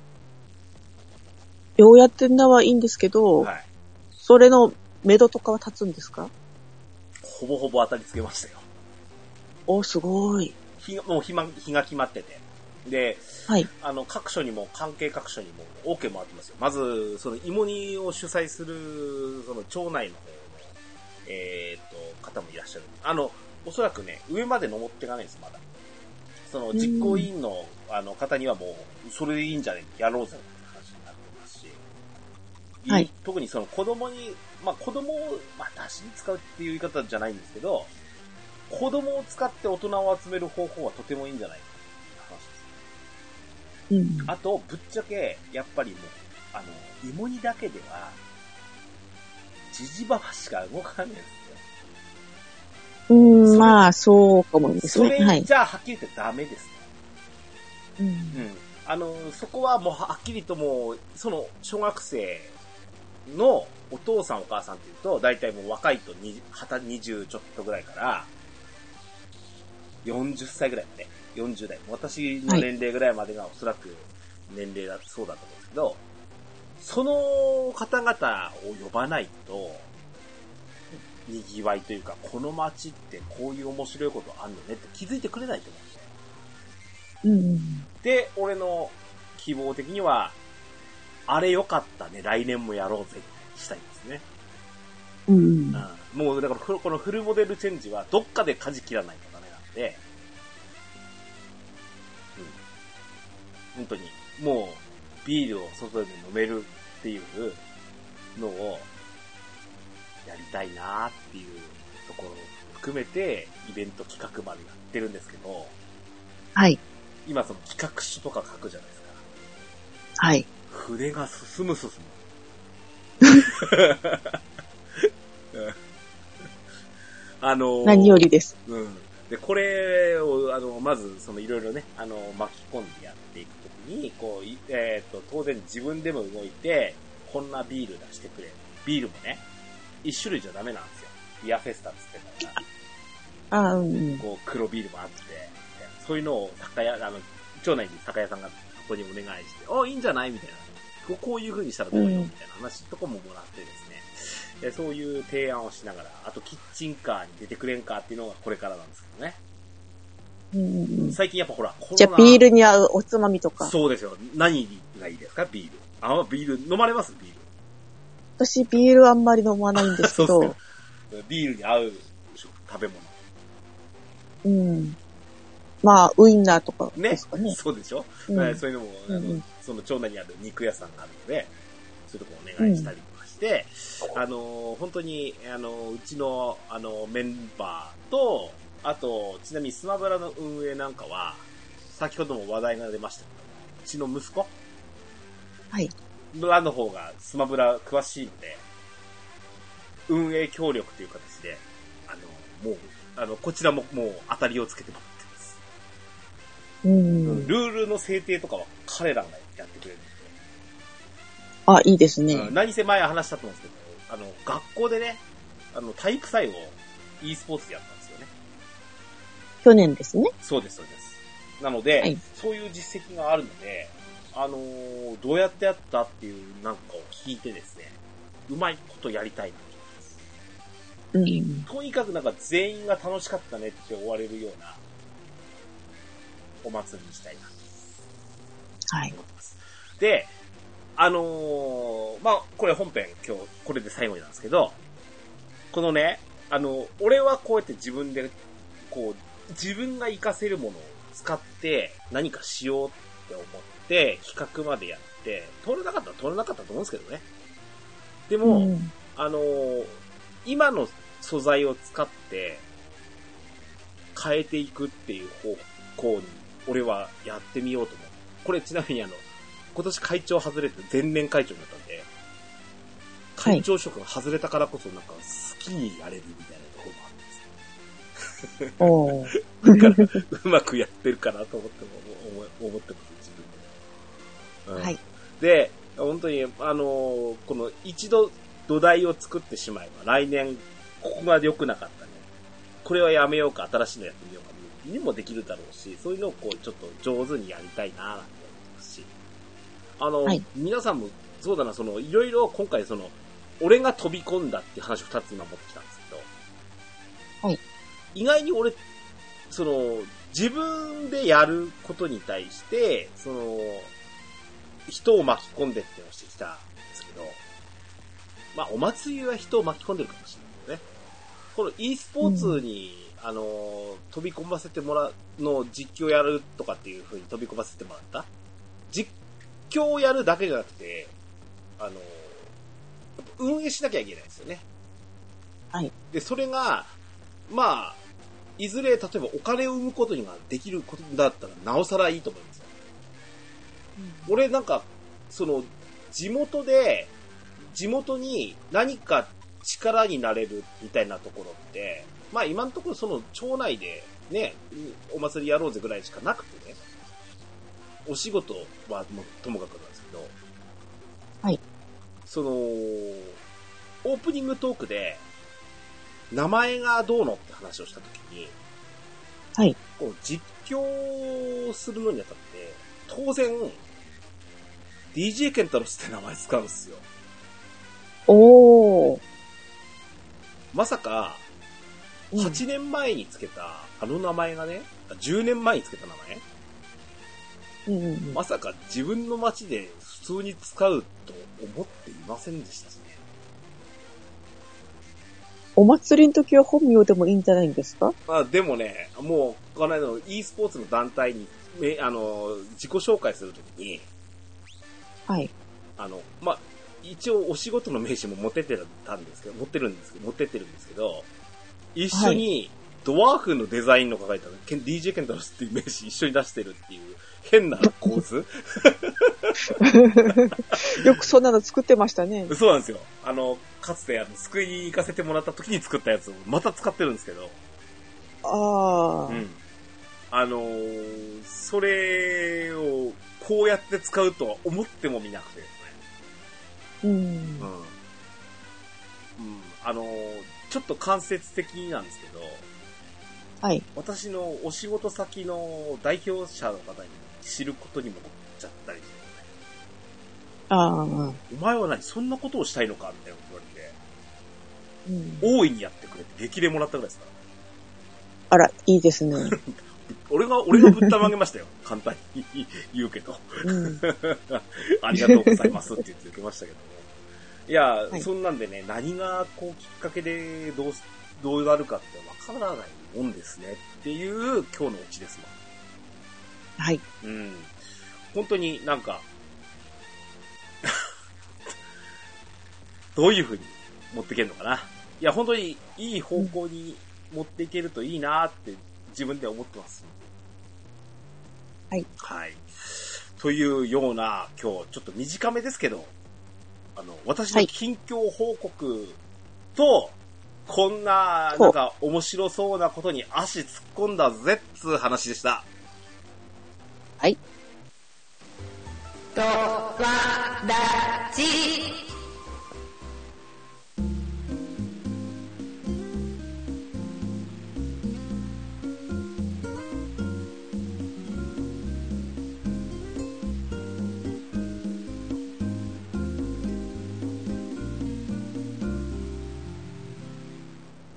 B: ようやってんなはいいんですけど、
A: はい。
B: それの目処とかは立つんですか
A: ほぼほぼ当たりつけましたよ。
B: おーすごい。
A: 日が、もう日ま、日が決まってて。で、
B: はい。
A: あの、各所にも、関係各所にも、OK 回ってますよ。まず、その、芋煮を主催する、その、町内の方の、えー、と、方もいらっしゃる。あの、おそらくね、上まで登っていかないんです、まだ。その、実行委員の、あの、方にはもう、それでいいんじゃねやろうぜ、って話になってますし。
B: はい
A: 特にその、子供に、まあ、子供を、まあ、出しに使うっていう言い方じゃないんですけど、子供を使って大人を集める方法はとてもいいんじゃないかっていう話です。
B: うん。
A: あと、ぶっちゃけ、やっぱりもう、あの、芋煮だけでは、ジジババしか動かないんです
B: う
A: それ
B: ん、まあ、そうかもで
A: よ。
B: す
A: そ
B: ね。は
A: れ
B: い。
A: じゃあ、はっきり言ってダメですね。
B: うん
A: うん。あの、そこはもう、はっきりともう、その、小学生のお父さんお母さんっていうと、だいたいもう若いと20、20ちょっとぐらいから、40歳ぐらいまで、40代。私の年齢ぐらいまでがおそらく年齢だ、そうだと思うんですけど、その方々を呼ばないと、賑わいというか、この街ってこういう面白いことあんのねって気づいてくれないと思うんですよ。
B: うん。
A: で、俺の希望的には、あれ良かったね、来年もやろうぜ、したいですね。
B: うん。
A: うん、もう、だからこの、このフルモデルチェンジは、どっかで舵切らないとダメなんで、うん。本当に、もう、ビールを外で飲めるっていうのを、やりたいなっていうところを含めて、イベント企画までやってるんですけど、
B: はい。
A: 今その企画書とか書くじゃないですか。
B: はい。
A: 筆が進む (laughs) 進む。あのー
B: 何よりです。
A: うん。で、これを、あの、まず、その、いろいろね、あの、巻き込んでやっていくときに、こう、いえっ、と、当然自分でも動いて、こんなビール出してくれ。ビールもね、一種類じゃダメなんですよ。ビアフェスタっつってんだから。
B: あうんうん。
A: こう、黒ビールもあって、そういうのを酒屋、あの、町内に酒屋さんがここにお願いして、あ、いいんじゃないみたいな。こうこういう風にしたらどうよみたいな話とかももらってですね。でそういう提案をしながら、あとキッチンカーに出てくれんかっていうのがこれからなんですけどね。
B: うんうんうん
A: 最近やっぱほら、コロナ
B: じゃあ、ビールに合うおつまみとか。
A: そうですよ。何がいいですかビール。あ、ビール、飲まれますビール。
B: 私、ビールあんまり飲まないんです (laughs) け
A: そうっ
B: ど
A: す、よビールに合う食べ物。
B: うん。まあ、ウインナーとか
A: ね
B: ですかね。
A: そうでしょ、
B: うん
A: えーそういうのも、あの
B: うんうん
A: その町内にある肉屋さんがあるので、そういうとこお願いしたりとかして、あのー、本当に、あのー、うちの、あのー、メンバーと、あと、ちなみにスマブラの運営なんかは、先ほども話題が出ましたけど、うちの息子
B: はい。
A: らの方がスマブラ詳しいので、運営協力という形で、あの、もう、あの、こちらももう当たりをつけてもらってます。
B: うん。
A: ルールの制定とかは彼らがやってくれるん
B: あ、いいですね
A: で、。何せ前話したと思うんですけど、あの、学校でね、あの、体育祭を e スポーツでやったんですよね。
B: 去年ですね。
A: そうです、そうです。なので、
B: はい
A: そういう実績があるので、あのーどうやってやったっていうなんかを聞いてですね、うまいことやりたいなと思います。
B: うん。
A: とにかくなんか全員が楽しかったねって終われるような、お祭りにしたいなと
B: はい。
A: 思ってます。で、あのーまあ、これ本編今日これで最後になんですけど、このね、あの、俺はこうやって自分で、こう、自分が活かせるものを使って何かしようって思って企画までやって、通れなかったら通れなかったと思うんですけどね。でも、
B: うん
A: あのー今の素材を使って変えていくっていう方向に俺はやってみようと思う。これちなみにあの、今年会長外れて前年会長になったんで、会長職が外れたからこそなんか好きにやれるみたいなところもあるんですよ
B: おー (laughs)
A: うまくやってるかなと思っても、思い思ってます、自分で。うん
B: はい。
A: で、本当に、あのーこの一度土台を作ってしまえば、来年、ここまで良くなかったね。これはやめようか、新しいのやってみようか、にもできるだろうし、そういうのをこう、ちょっと上手にやりたいな、なんて思ってますし。あの、
B: はい
A: 皆さんも、そうだな、その、いろいろ今回、その、俺が飛び込んだっていう話を二つ今持ってきたんですけど、意外に俺、その、自分でやることに対して、その、人を巻き込んでってのをしてきたんですけど、まあ、お祭りは人を巻き込んでるかもしれないけどね。この e スポーツに、あの、飛び込ませてもらう、の実況やるとかっていう風に飛び込ませてもらった実況をやるだけじゃなくて、あの、運営しなきゃいけないですよね。
B: はい。
A: で、それが、まあ、いずれ、例えばお金を生むことができることだったら、なおさらいいと思いますよ。俺なんか、その、地元で、地元に何か力になれるみたいなところって、まあ今のところその町内でね、お祭りやろうぜぐらいしかなくてね、お仕事はもうともかくなんですけど、
B: はい。
A: その、オープニングトークで、名前がどうのって話をしたときに、
B: はい。
A: こう実況をするのにあたって、当然、DJ ケンタロスって名前使うんですよ。
B: おー。
A: まさか、
B: うん
A: 8年前につけた、あの名前がね、あ10年前につけた名前
B: うんうんうん
A: まさか自分の街で普通に使うと思っていませんでしたしね。
B: お祭りの時は本名でもいいんじゃないんですか
A: まあでもね、もう、この間の e スポーツの団体に、めあの、自己紹介するときに、
B: はい。
A: あの、まあ、一応お仕事の名刺も持ってってたんですけど、持ってるんですけど、持ってってるんですけど、一緒にドワーフのデザインの書かれた、ケン DJ ケンタロスっていう名刺一緒に出してるっていう変な構
B: (laughs)
A: 図
B: よくそんなの作ってましたね。
A: そうなんですよ。あの、かつてあの、救いに行かせてもらった時に作ったやつをまた使ってるんですけど、
B: ああ、
A: うんあのーそれをこうやって使うとは思ってもみなくてですね。
B: うん。
A: うん。あのーちょっと間接的なんですけど、
B: はい。
A: 私のお仕事先の代表者の方に知ることにもなっちゃったりして、
B: ああ、うん。
A: お前は何そんなことをしたいのかみたいなこと言われて、
B: うん
A: 大いにやってくれって激励もらったぐらいですから。
B: あら、いいですね。
A: 俺が、俺がぶったまげましたよ。簡単に言うけど。 (laughs)
B: うん。
A: ありがとうございますって言ってきましたけどね。いや、
B: い
A: そんなんでね、何がこうきっかけでどうす、どうなるかってわからないもんですねっていう今日のうちですわ。
B: はい。
A: うん。本当になんか、 (laughs) どういう風に持っていけるのかな。いや、本当にいい方向に持っていけるといいなって自分では思ってます。
B: はい。
A: はい。というような、今日ちょっと短めですけど、あの、私
B: は
A: の
B: い
A: 近況報告と、こんな、
B: ほう
A: なんか面白そうなことに足突っ込んだぜっつう話でした。
D: とわらじ。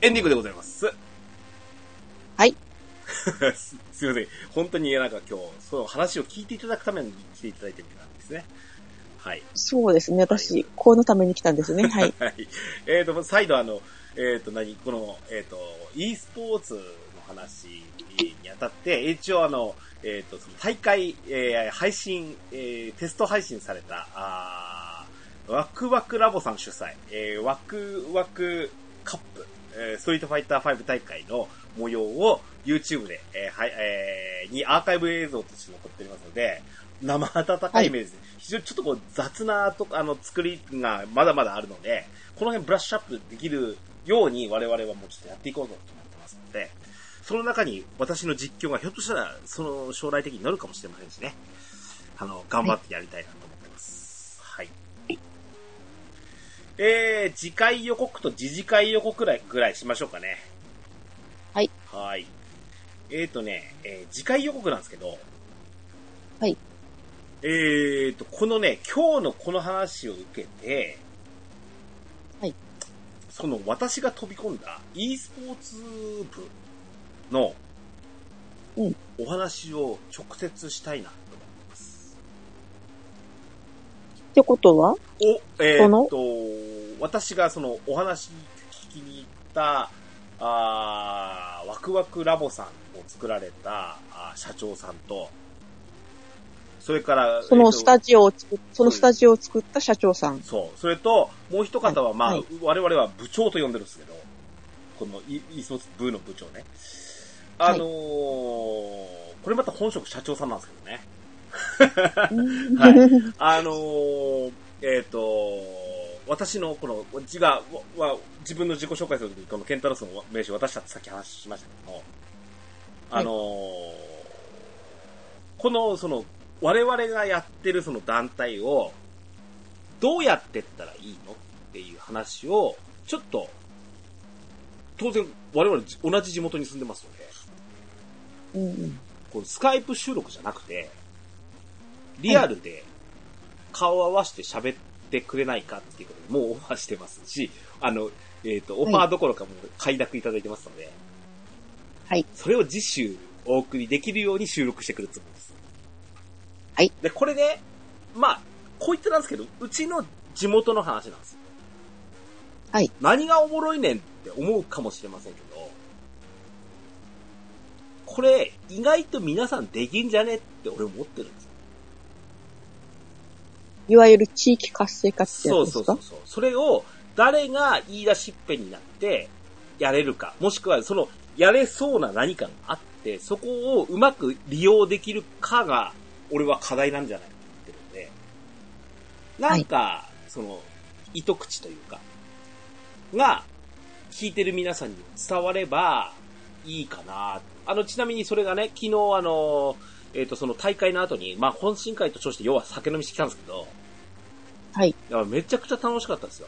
A: エンディングでございます。
B: はい。
A: (laughs) すすいません。本当になんか今日、その話を聞いていただくために来ていただいてるみたいなんですね。はい。
B: そうですね。私、このために来たんですね。はい。
A: はい。えっ、と、再度あの、えっ、と、何この、えっ、と、e スポーツの話にあたって、一応あの、えっ、と、その大会、えー配信、えーテスト配信された、あーワクワクラボさん主催、えーワクワクカップ、えーストリートファイター5大会の模様を YouTube で、えーはい、えーにアーカイブ映像として残っておりますので、生温かいイメージです、非常にちょっとこう雑なとあの作りがまだまだあるので、この辺ブラッシュアップできるように我々はもうちょっとやっていこうと思ってますので、その中に私の実況がひょっとしたらその将来的になるかもしれませんしね。あの、頑張ってやりたいなと思ってます。はい。えー、次回予告と次次回予告ぐらいぐらいしましょうかね。
B: はい。
A: はい。えーとね、えー次回予告なんですけど、
B: はい。
A: えーと、このね、今日のこの話を受けて、
B: はい。
A: その私が飛び込んだ e スポーツ部の
B: うん
A: お話を直接したいなと思ってます。
B: ってことは
A: お、え
B: こ
A: ー、
B: の
A: っと、私がそのお話聞きに行った、あーワクワクラボさんを作られたあー社長さんと、それから、
B: そのスタ
A: ジ
B: ジオを作っ、そのスタジオを作った社長さん。
A: そう、それと、もう一方は、まあ、
B: はい
A: 我々は部長と呼んでるんですけど、この e スポーツ部の部長ね。あのーこれまた本職社長さんなんですけどね。
B: うん
A: は
B: は
A: あのー、えっ、と、私のこの、自が、わわ自分の自己紹介するときに、このケンタロスの名刺渡したってさっき話しましたけども、あのーこの、その、我々がやってるその団体を、どうやってったらいいのっていう話を、ちょっと、当然、我々じ同じ地元に住んでますので、
B: (laughs) うん
A: このスカイプ収録じゃなくて、リアルで顔を合わせて喋ってくれないかっていうことで、もうオファーしてますし、あの、えっ、と、オファーどころかもう快諾いただいてますので、
B: はい。
A: それを次週お送りできるように収録してくるつもりです。
B: はい。
A: で、これで、まあ、こう言ってなんですけど、うちの地元の話なんですよ。
B: はい。
A: 何がおもろいねんって思うかもしれませんけど、これ、意外と皆さんできんじゃねって俺思ってるんですよ。
B: いわゆる地域活性化ってや
A: そう
B: つ
A: そ
B: で
A: う
B: すか
A: そうそう。それを誰が言い出しっぺになってやれるか、もしくはそのやれそうな何かがあって、そこをうまく利用できるかが、俺は課題なんじゃないかと思ってるんで、なんか、その、糸口というか、が、聞いてる皆さんに伝わればいいかな。あの、ちなみにそれがね、昨日あの、えっ、と、その大会の後に、まあ、懇親会と称して、要は酒飲みしてきたんですけど、
B: はい。
A: いや、めちゃくちゃ楽しかったですよ。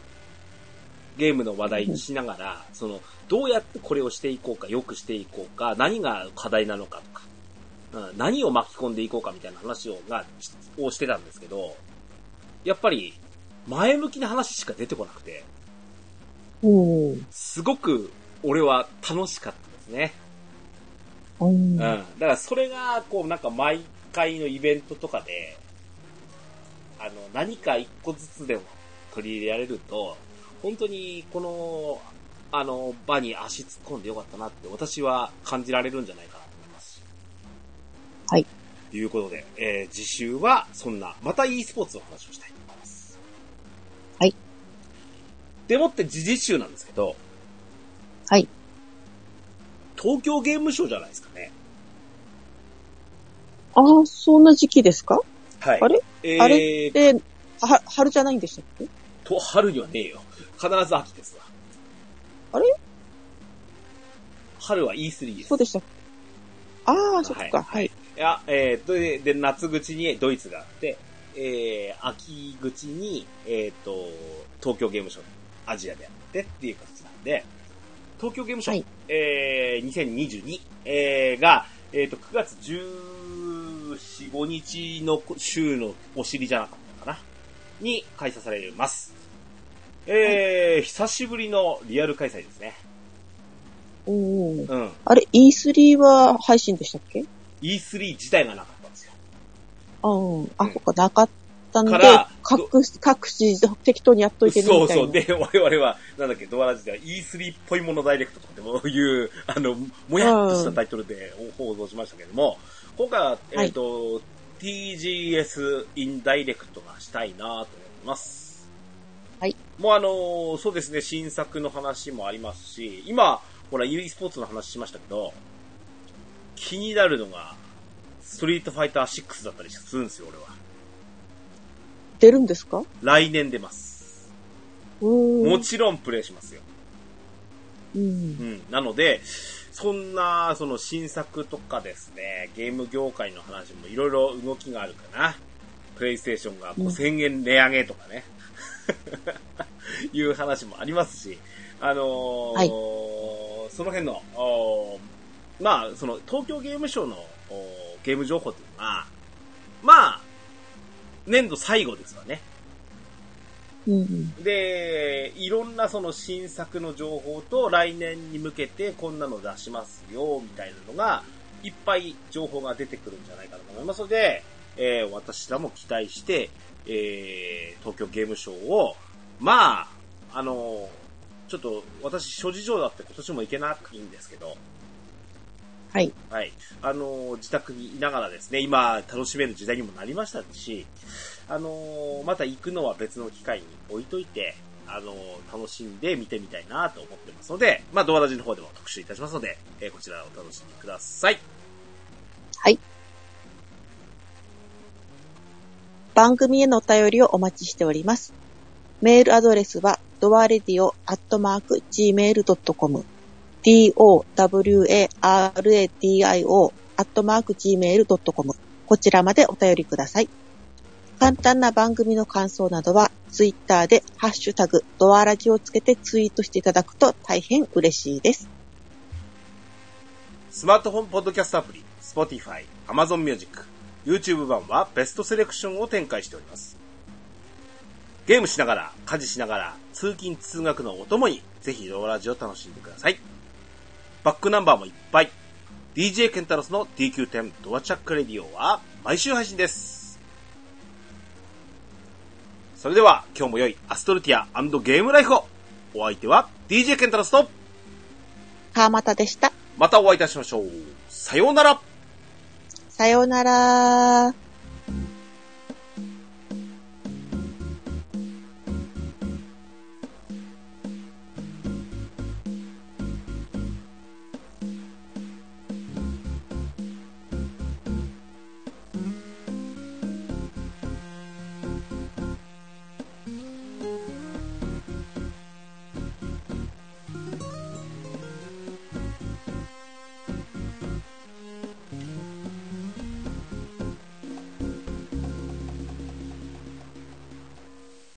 A: ゲームの話題にしながら、その、どうやってこれをしていこうか、良くしていこうか、何が課題なのかとか、うん、何を巻き込んでいこうかみたいな話を、が、しをしてたんですけど、やっぱり、前向きな話しか出てこなくて、
B: うん。
A: すごく、俺は楽しかったですね。
B: うん。
A: うん。だからそれが、こう、なんか毎回のイベントとかで、あの、何か一個ずつでも取り入れられると、本当に、この、あの、場に足突っ込んでよかったなって、私は感じられるんじゃないかなと思います。
B: はい。
A: ということで、えー、次週はそんな、また e スポーツの話をしたいと思います。
B: はい。
A: でもって次々週なんですけど、
B: はい。
A: 東京ゲームショウじゃないですかね。
B: ああ、そんな時期ですか
A: はい
B: あれ
A: え
B: あれ
A: ー、
B: で、は、春じゃないんでしたっけ
A: と、春にはねえよ。必ず秋ですわ。
B: あれ
A: 春は E3 です。
B: そうでしたっけああ、そっ
A: はい
B: か。はい。
A: いや、えー、で、で、夏口にドイツがあって、えー、秋口に、えっ、と、東京ゲームショウ、アジアであってっていう形なんで、東京ゲームショウ、
B: はい
A: えー、2022、えー、が、えっ、と、9月14、5日の週のお尻じゃなかったかな、に開催されます。えー、久しぶりのリアル開催ですね。
B: おー
A: うん。
B: あれ、E3 は配信でしたっけ
A: E3 自体がなかったんですよ。
B: あーあ、
A: うん
B: そっか、なかったんで
A: から、
B: 各、各地適当にやっといてね、
A: そ
B: み
A: う
B: たいな。
A: そう。で、我々は、なんだっけ、ドアラジでは E3 っぽいものダイレクトとかでもいう、あの、もやっとしたタイトルで報道しましたけども、今回は、えっ、と、TGS インダイレクトがしたいなと思います。
B: はい。
A: もうあのーそうですね、新作の話もありますし、今、ほら、e スポーツの話しましたけど、気になるのが、ストリートファイター6だったりするんですよ、俺は。
B: 出るんですか
A: 来年出ます。
B: うん。
A: もちろんプレイしますよ。
B: うん
A: う。ん。なので、そんな、その新作とかですね、ゲーム業界の話もいろいろ動きがあるかな。プレイステーションが5000円値上げとかね。 (laughs) いう話もありますし、あのー
B: はい
A: その辺の、おーまあ、その東京ゲームショウのおーゲーム情報っていうのは、まあ、年度最後ですわね。
B: うん。
A: で、いろんなその新作の情報と来年に向けてこんなの出しますよ、みたいなのが、いっぱい情報が出てくるんじゃないかなと思いますので、えー私らも期待して、えー東京ゲームショウを、まあ、あのーちょっと私諸事情だって今年も行けなくていいんですけど、
B: はい。
A: はい。あのー自宅にいながらですね、今楽しめる時代にもなりましたし、あのーまた行くのは別の機会に置いといて、あのー楽しんで見てみたいなと思ってますので、まあ、ドアラジの方でも特集いたしますので、えーこちらをお楽しみください。
B: はい。番組へのお便りをお待ちしております。メールアドレスは、ドアレディオアットマーク gmail.com dowaradio アットマーク gmail.com こちらまでお便りください。簡単な番組の感想などは、ツイッターでハッシュタグドアラジをつけてツイートしていただくと大変嬉しいです。
A: スマートフォンポッドキャストアプリ、Spotify、Amazon Music、YouTube 版はベストセレクションを展開しております。ゲームしながら、家事しながら、通勤通学のお供に、ぜひローラジを楽しんでください。バックナンバーもいっぱい。DJ ケンタロスの DQ10 ドアチャックレディオは毎週配信です。それでは今日も良いアストルティアゲームライフをお相手は DJ ケンタロスと
B: 川又でした。
A: またお会いいたしましょう。さようなら
B: さようなら。